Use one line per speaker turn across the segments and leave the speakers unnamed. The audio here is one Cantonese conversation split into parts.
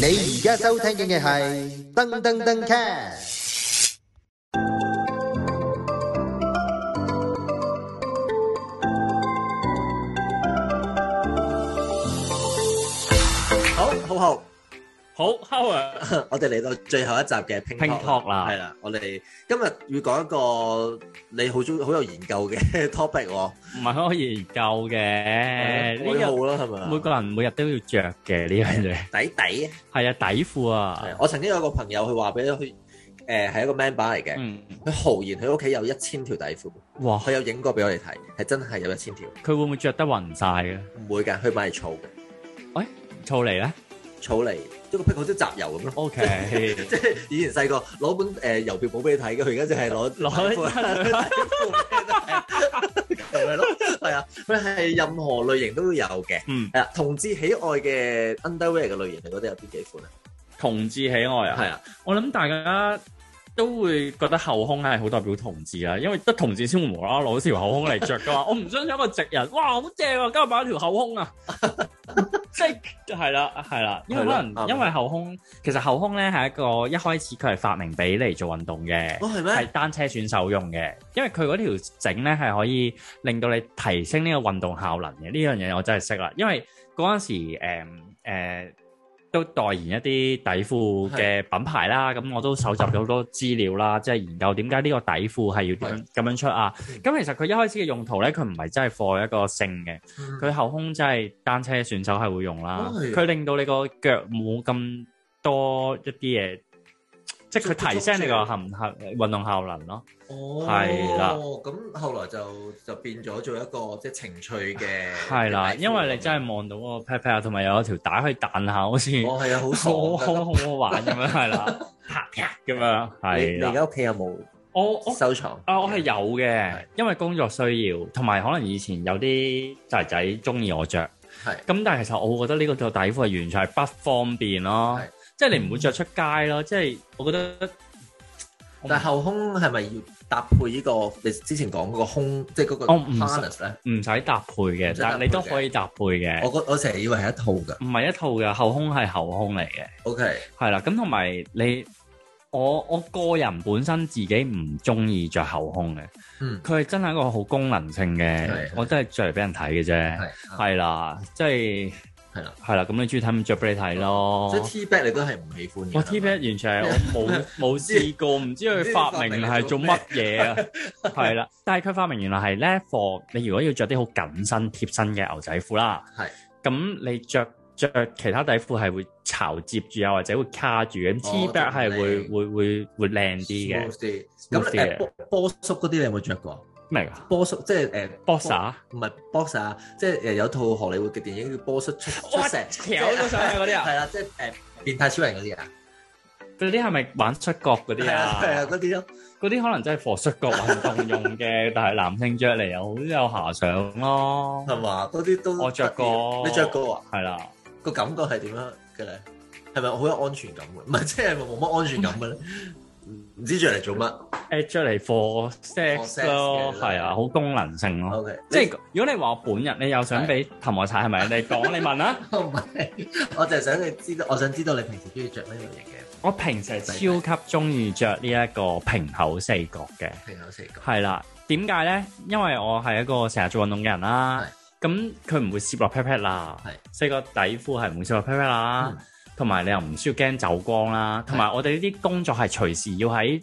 你而家收聽嘅係噔噔噔 cast。
好好好，呃
好，Howard，
我哋嚟到最後一集嘅拼
Ping Talk 啦
係啦，我哋今日要講一個你好中好有研究嘅 topic 喎，
唔係可以研究嘅，呢
愛
樣
好啦啊係咪？
每個人每日都要着嘅呢樣 嘢，
底底啊
係啊底褲
係
啊，
我曾經有個朋友佢話俾佢誒係一個 man bar 嚟嘅，
嗯，
佢豪言佢屋企有一千條底褲，
哇，
佢有影過俾我哋睇，係真係有一千條，
佢會唔會着得暈晒嘅？
唔會㗎，佢買嚟儲嘅，
醋嚟咧
儲嚟一個 pick 好似集郵咁咯。
，OK，
即係以前細個攞本誒、呃、郵票簿俾你睇嘅，佢而家就係攞
攞
底褲咁樣咯，係啊，佢係任何類型都會有嘅。
嗯，
係啊，同志喜愛嘅 underwear 嘅類型，你覺得有邊幾款啊？
同志喜愛啊，
係啊，
我諗大家。都會覺得後胸係好代表同志啊，因為得同志先會無啦啦攞條後胸嚟着 噶嘛。我唔相信一個直人，哇好正啊，今日買條後胸啊，即係係啦係啦，因為可
係咯
能
啱啊
因為後胸其實後胸咧係一個一開始佢係發明俾嚟做運動嘅。
哦係
係
咩？
單車選手用嘅，因為佢嗰條整咧係可以令到你提升呢個運動效能嘅。呢樣嘢我真係識啦，因為嗰陣時誒、誒都代言一啲底褲嘅品牌啦，咁我都搜集咗好多資料啦，即係研究點解呢個底褲係要點樣咁樣出啊
嗯。
咁其實佢一開始嘅用途咧，佢唔係真係 for 一個性嘅，佢後胸真係單車選手係會用啦，
哦係
佢令到你個腳冇咁多一啲嘢，即係佢提升你個含含運動效能咯。
哦
係啦
咁後來就就變咗做一個即係情趣嘅
係啦，
底褲
因為你真係望到嗰個 pat pat 啊，同埋有一條帶可以彈下，好似
哦係啊， 好
好好
爽
好
啊！
好好玩咁樣，係啦，啪啪咁樣，
你你
係
而
啦。
家屋企有冇
我我
收藏？
啊，我係有
係
嘅，因為工作需要，同埋可能以前有啲仔仔中意我着。
係
咁但係其實我覺得呢個條底褲係完全係不方便咯
係，
即係你唔會着出街咯，即係我覺得
但係後胸係咪要搭配呢個你之前講嗰個胸，即係嗰個
哦唔
harness 咧？
唔使搭配嘅
唔，使搭配嘅
但係你都可以搭配嘅，
我覺我成日以為係一套㗎。
唔係一套嘅後胸係後胸嚟嘅，
OK，
係啦，咁同埋你。我我個人本身自己唔中意着後胸嘅，
嗯
佢係真係一個好功能性
係
嘅
係，
我真係着嚟俾人睇嘅啫，
係係
係啦，即係
係啦，
係啦，咁你中意睇咪着俾你睇咯。
即係 T back 你都係唔喜歡嘅。
哇！T
係咪
Pad 完 全係我冇冇試過，唔知佢發明係做乜嘢啊？係啦，但係佢發明原來係咧，for 你如果要着啲好緊身貼身嘅牛仔褲啦，
係
咁你着着其他底褲係會潮接住啊，或者會卡住嘅。咁 T Pad 係會
哦靚
會會會靚啲嘅
Smooth 啲。咁
Smooth 啲
誒
嘅
波波叔嗰啲你有冇着過？
咩啊㗎
波叔即係誒
Boxer
唔係 boxer 啊，即係誒有套荷里活嘅電影叫波叔出出
哇
石，
翹咗上去嗰啲啊
係啦，即係誒變態超人嗰啲啊，
嗰啲係咪玩摔角嗰啲
係啊
啊？
係啊嗰啲咯，
嗰啲可能真係 for 摔角運動用嘅，但係男性着嚟又好有遐想咯。
係嘛？嗰啲都
我着過
你着過啊？
係啦。
個感覺係點樣嘅咧？係咪好有安全感嘅？唔係即係冇乜安全感嘅咧？
嗯
唔知着嚟做乜
a 出嚟 for
sex
sex 咯，
嘅
係啊，好功能性咯。
？OK，
即係如果你話我本人，你又想俾氹我踩係咪？你講你問 啦。
我唔係，我就係想你知道，我想知道你平時中意着咩類型嘅
我平時係超級中意着呢一個平口四角嘅，
朋友四個。
係啦。點解咧？因為我係一個成日做運動嘅人啦。咁佢唔會攝落 pat pat 啦
係，
四個底褲係唔會攝落 pat pat 啦
嗯。
同埋你又唔需要驚走光啦。同埋我哋呢啲工作係隨時要喺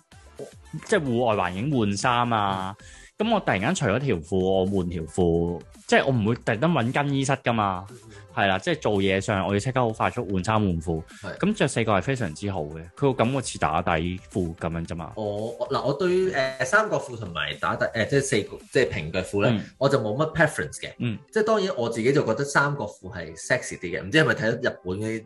即係戶外環境換衫啊。
嗯
咁我突然間除咗條褲，我換條褲，即係我唔會特登揾更衣室噶嘛。
嗯嗯
係啦，即係做嘢上，我要即刻好快速換衫換褲。
係
咁着四個係非常之好嘅，佢個感覺似打底褲咁樣啫嘛。
我我嗱，我對誒、呃三角褲同埋打底誒、呃即係四個即係平腳褲咧，
嗯
我就冇乜 preference 嘅。
嗯，
即係當然我自己就覺得三角褲係 sexy 啲嘅，唔知係咪睇到日本嗰啲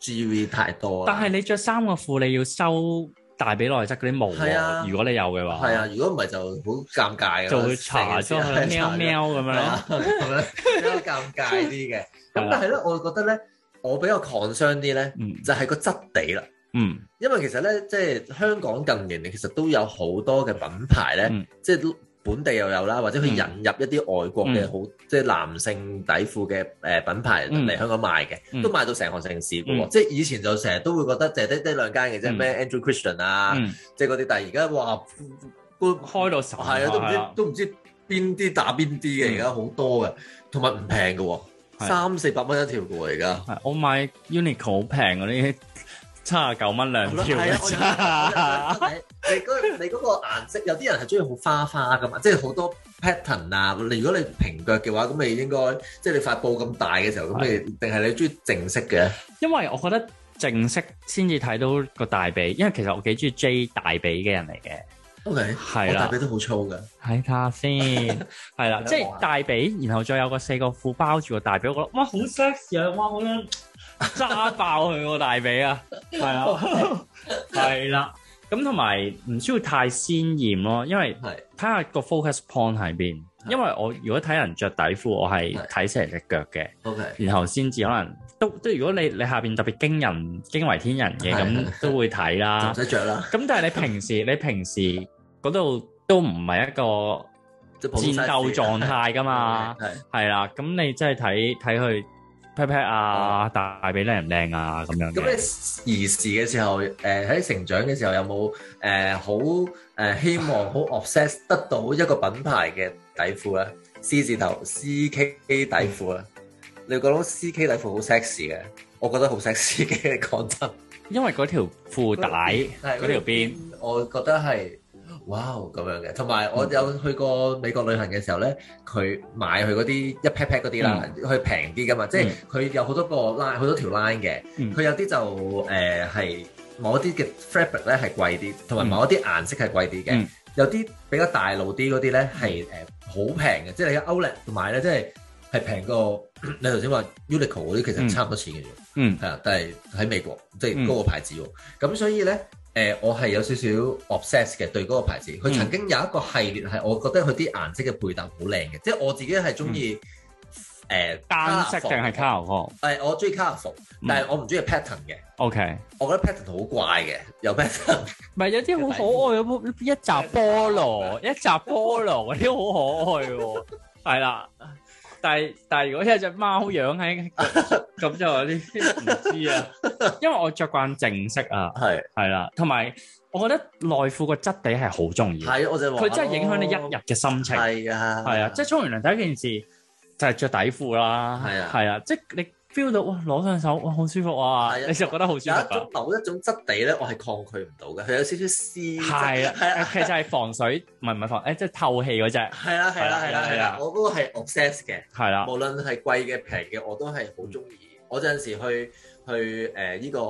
GV 太多啊
但
啦。
係你着三個褲，你要收大髀內側嗰啲毛
係啊
喎。如果你有嘅話，
係啊，如果唔係就好尷尬㗎啦
就會搽咗佢 喵喵咁樣
係
咯。
啊，咁樣比較尷尬啲 嘅。咁但係咧，我覺得咧，我比較 concern 啲咧，
嗯
就係個質地啦。
嗯，
因為其實咧，即係香港近年其實都有好多嘅品牌咧，
嗯
即係本地又有啦，或者佢
嗯
引入一啲外國嘅
嗯
好即係男性底褲嘅誒品牌
嗯
嚟香港賣嘅，
嗯
都賣到成行成市嘅喎。
嗯
即係以前就成日都會覺得就係得得兩間嘅啫，
嗯
咩 Andrew Christian 啊，
嗯，
即係嗰啲，但係而家哇，都
開到十
係啊，都唔知都唔知邊啲打邊啲嘅，而家好多嘅，同埋唔平嘅喎，
嗯係
三四百蚊一條嘅喎，而家。
係我買 Uniqlo 好平嗰啲 七啊九蚊兩條嘅
係啊
咋，
我你嗰你嗰個顏色，有啲人係中意好花花噶嘛，即係好多 pattern 啊。你如果你平腳嘅話，咁你應該即係你塊布咁大嘅時候，咁你定係你中意正式嘅？
因為我覺得正式先至睇到個大髀，因為其實我幾中意 J 大髀嘅人嚟嘅，
O K，
係
我大
啦。
髀都好粗噶，
睇下 先，係
啊
啦，即係大髀，然後再有個四個褲包住個大髀，我覺得哇好 sexy 啊，哇好想揸爆佢個大髀啊，係 啊，係啦，咁同埋唔需要太鮮豔咯，因為
係
睇下個 focus point 喺邊，
係
因為我如果睇人着底褲，我係
係
睇成隻腳嘅，
O K，
然後先至可能都都如果你你下邊特別驚人驚為天人嘅，
係係
咁都會 睇啦
唔。使着啦，
咁但係你平時你平時嗰度都唔係一個。
即係普通
戰
size
鬥狀態 噶嘛，
係
係啦，咁你真係睇睇佢 pat pat 啊，大髀靚唔靚啊咁樣嘅。
咁你兒時嘅時候，誒、喺成長嘅時候有冇誒好誒希望好 obsess 得到一個品牌嘅底褲咧？C 字頭 CK 底褲啊，你覺得 CK 底褲好 sexy 嘅？我覺得好 sexy 嘅，講真。
因為嗰條褲帶
係
嗰條邊，
我覺得係哇咁樣嘅，同埋
嗯
我有去過美國旅行嘅時候咧，佢買佢嗰啲一 pack pack 嗰啲啦，
嗯
佢平啲噶嘛，即係佢有好多個 line 好多條 line 嘅，
嗯
佢有啲就誒係某一啲嘅 fabric 咧係貴啲，同埋某一啲顏色係貴啲嘅
嗯，
有啲比較大路啲嗰啲咧係誒好平嘅，即係你喺 Outlet 買咧，即係係平過你頭先話 Uniqlo 嗰啲，其實
嗯
差唔多錢嘅啫。
嗯
係啊，但係喺美國即係
嗯
嗰個牌子喎。咁、所以咧，誒、我係有少少 obsess 嘅對嗰個牌子。佢
嗯
曾經有一個系列係我覺得佢啲顏色嘅配搭好靚嘅，即係我自己係中意誒
嗯單色定
colourful
係卡牛
誒，我中意 colourful，
嗯
但係我唔中意 pattern 嘅。
？OK，
我覺得 pattern 好怪嘅，有 pattern
唔係有啲好可愛，有冇一紮菠蘿，一紮菠蘿嗰啲好可愛喎。係啦，但係但係如果一隻貓樣喺咁就有啲唔知啊，因為我着慣正式啊。
係
係啦，同埋我覺得內褲個質地係好重要，
係，我就話
佢真係影響你一日嘅心情。
係啊，
係啊，即係沖完涼第一件事就係着底褲啦。
係啊
係啊，即係你 feel 到哇，攞上手哇，好舒服啊，
係啊
你就覺得好舒
有一
服啊
種。某一種質地咧，我係抗拒唔到嘅，佢有少少絲質
係啊，其實係防水，唔係唔係防，誒即係啊透氣嗰隻。
係啦，係啦，係啦，係啦
係啦，
我嗰個係 obsess 嘅。
係啦，
無論係貴嘅平嘅，我都係好中意。
嗯
我有陣時去去誒呢個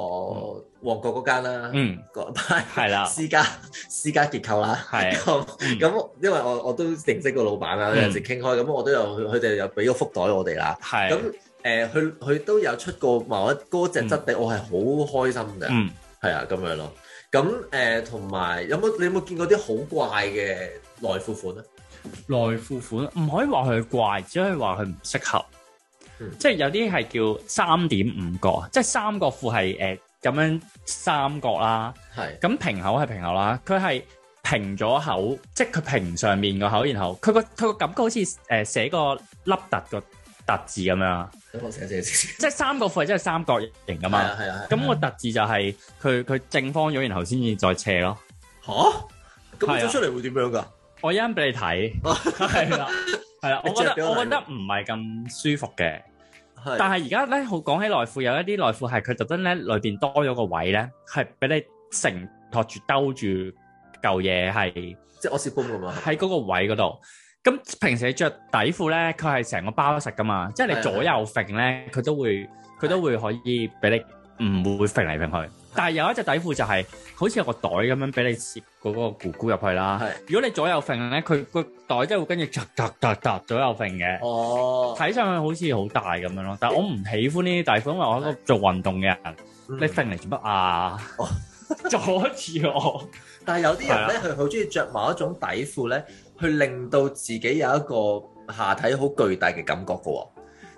旺角嗰間啦，
嗯，
嗰排
係啦，
私家私家結構啦，
係
咁
嗯
咁，因為我我都認識個老闆啦，有
嗯
陣時傾開，咁我都有佢哋有俾個福袋我哋啦。咁
係，
誒，佢佢都有出過某一嗰隻質地，我係好開心嘅，
嗯，
係啊咁樣咯。咁誒同埋有冇你有冇見過啲好怪嘅內褲款啊咧？
內褲款唔可以話佢怪，只可以話佢唔適合
嗯。
即係有啲係叫三點五角，即係三角褲係誒咁樣三角啦。
係
咁平口係平口啦，佢係平咗口，即係佢平上面個口，然後佢個佢個感覺好似誒寫個凹凸個凸字咁樣，
等我寫寫先。
即係三個褲係真係三角形
係
噶嘛。
啊係啊。係啊
咁個凸字就係佢佢正方咗，然後先至再斜咯。
吓？咁
係
咗
啊
出嚟會點樣㗎？
我一陣俾你睇，係啦係啦，我
你
覺
着俾
得
我睇
我覺得唔係咁舒服嘅。
係
但係而家咧，好講起內褲，有一啲內褲係佢特登咧裏邊多咗個位咧，係俾你承托住兜住嚿嘢係。
即係我攝工咁啊嘛，
喺嗰個位嗰度。咁平時你着底褲咧，佢係成個包實噶嘛，即係
係啊
你左右揈咧，佢都會佢都會可以俾你唔會揈嚟揈去。但係有一隻底褲就係、好似有個袋咁樣俾你攝嗰個咕咕入去啦
係。
如果你左右揈咧，佢個袋真係會跟住 突突突突左右揈嘅。
哦，
睇上去好似好大咁樣咯，但係我唔喜歡呢啲底褲，因為我係一個做運動嘅人，
嗯
你揈嚟做乜啊
哦？
阻住我，
但係有啲
啊
人咧，佢好中意着某一種底褲咧，去令到自己有一個下體好巨大嘅感覺嘅喎。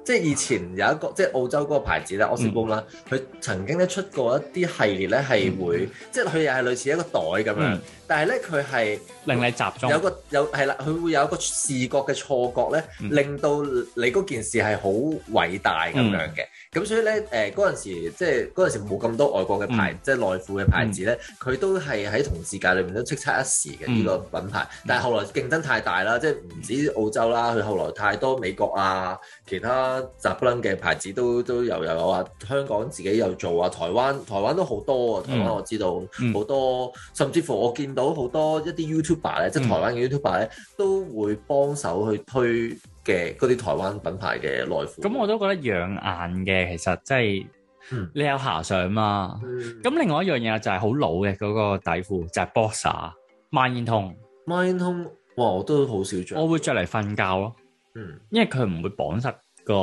即係以前有一個即係澳洲嗰個牌
嗯
子咧 o s b o 啦，佢曾經咧出過一啲系列咧係會，即係佢又係類似一個袋咁樣
嗯，
但係咧佢係。
令你集中
有。個有係啦，佢會有一個視覺嘅錯覺咧，
嗯
令到你嗰件事係好偉大咁
嗯
樣嘅。咁、所以咧，誒嗰陣時即係嗰陣時冇咁多外國嘅牌，
嗯
即係內褲嘅牌子咧，佢都係喺同志界裏面都叱咤一時嘅呢、
嗯
個品牌。但係後來競爭太大啦，即係唔止澳洲啦，佢後來太多美國啊、其他雜不楞嘅牌子都都又又有啊，香港自己有做啊，台灣台灣都好多啊，台灣
嗯
我知道。
嗯
好多，甚至乎我見到好多一啲 YouTuber 咧，即係
嗯
台灣嘅 YouTuber 咧，都會幫手去推嘅嗰啲台灣品牌嘅內褲。
咁我都覺得養眼嘅，其實即係
嗯
你有遐想嘛。
咁
咁另外一樣嘢就係好老嘅嗰個底褲，就係 boxer 萬煙筒，
Mind Home，哇！我都好少着。
我會着嚟瞓覺咯，
嗯
因為佢唔會綁實個，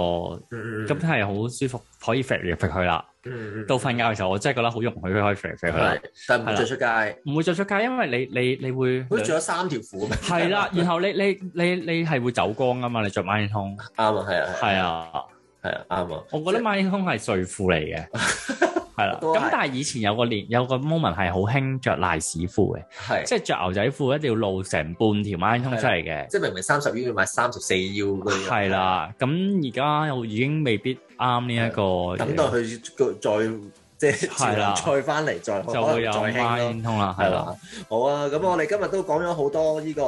嗯嗯
咁係好舒服，可以揈嚟揈去啦。
嗯
到瞓覺嘅時候，我真係覺得好容許佢可以揈嚟揈去啦，
係，但係唔會着出街，
唔會着出街，因為你你你會
好似着咗三條褲咁。
係啦，然後你你你你係會走光噶嘛？你着萬煙筒
啱啊，係啊，
係啊，
係啊，啱啊。
我覺得萬煙筒係睡褲嚟 嘅，係啦。
都係
咁但係以前有個年有個 moment 係好興着賴屎褲嘅，
係，
即係着牛仔褲一定要露成半條萬煙筒出嚟嘅。
即係明明三十 U 要買三十四 U 嗰啲。
係。啦，咁而家又已經未必啱呢一個嘢，
等到佢再即係
係啦
潮流再翻嚟，再可
就
能
會有
再興
孖
咯。
煙通啦，係
係
啦，
啦，好啊！咁我哋今日都講咗好多呢、個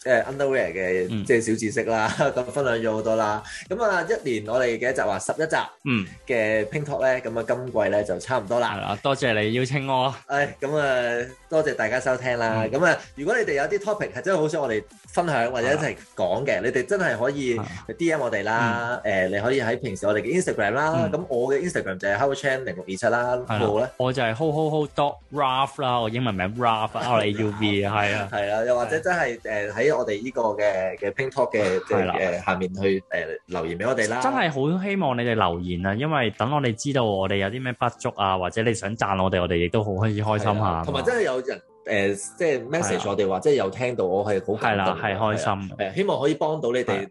誒、underwear 嘅
嗯
即係小知識啦， 咁、分享咗好多啦。咁啊，一年我哋嘅一集話十一集
嗯，
嘅 Pink Talk 咧，咁啊今季咧就差唔多
係
啦。
啦，多謝你邀 請我啊，
唉，咁啊多謝大家收聽啦。
嗯
咁啊、如果你哋有啲 topic 係真係好想我哋分享或者一齊講嘅，你哋真係可以
係
DM 我哋啦。誒、呃你可以喺平時我哋嘅 Instagram 啦。
嗯
咁、我嘅 Instagram 就係 How Chan 零六二七啦，
係
好咧
啦。，我就係 ho ho ho dot Ralph 啦，我英文名 Ralph，R A U V 啊，係啊，
係啦，又或者真係誒喺我哋呢個嘅嘅 Pink Talk 嘅即
係啦
係誒下面去誒留言俾我哋啦。
真係好希望你哋留言啊，因為等我哋知道我哋有啲咩不足啊，或者你想讚我哋，我哋亦都好可以開心
係
下
啦，，同埋真係有人誒即係
係
message
啦
我哋話，即係有聽到我係好
係
感
啦
動，，
係開心。
係啊。誒，希望可以幫到你
係
哋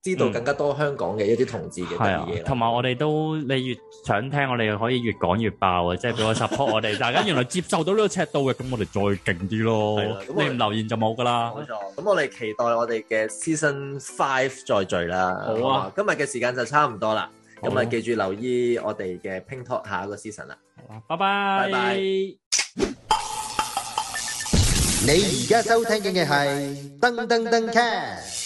知道
嗯
更加多香港嘅一啲同志嘅
係啊
得意嘢，啦。
同埋我哋都你越想聽，我哋可以越講越爆啊！即係俾我 support 我哋，大家原來接受到呢個尺度嘅，咁我哋再勁啲咯
係啦咁。我
你
哋
唔留言就冇噶啦。
冇錯，咁我哋期待我哋嘅 Season Five 再聚啦。
好
嘛，
啊
今日嘅時間就差唔多啦，咁
好
啊
啊
記住留意我哋嘅 Pink Talk 下一個 season 啦。
拜拜
拜拜。
你而家收聽嘅係噔噔噔 c a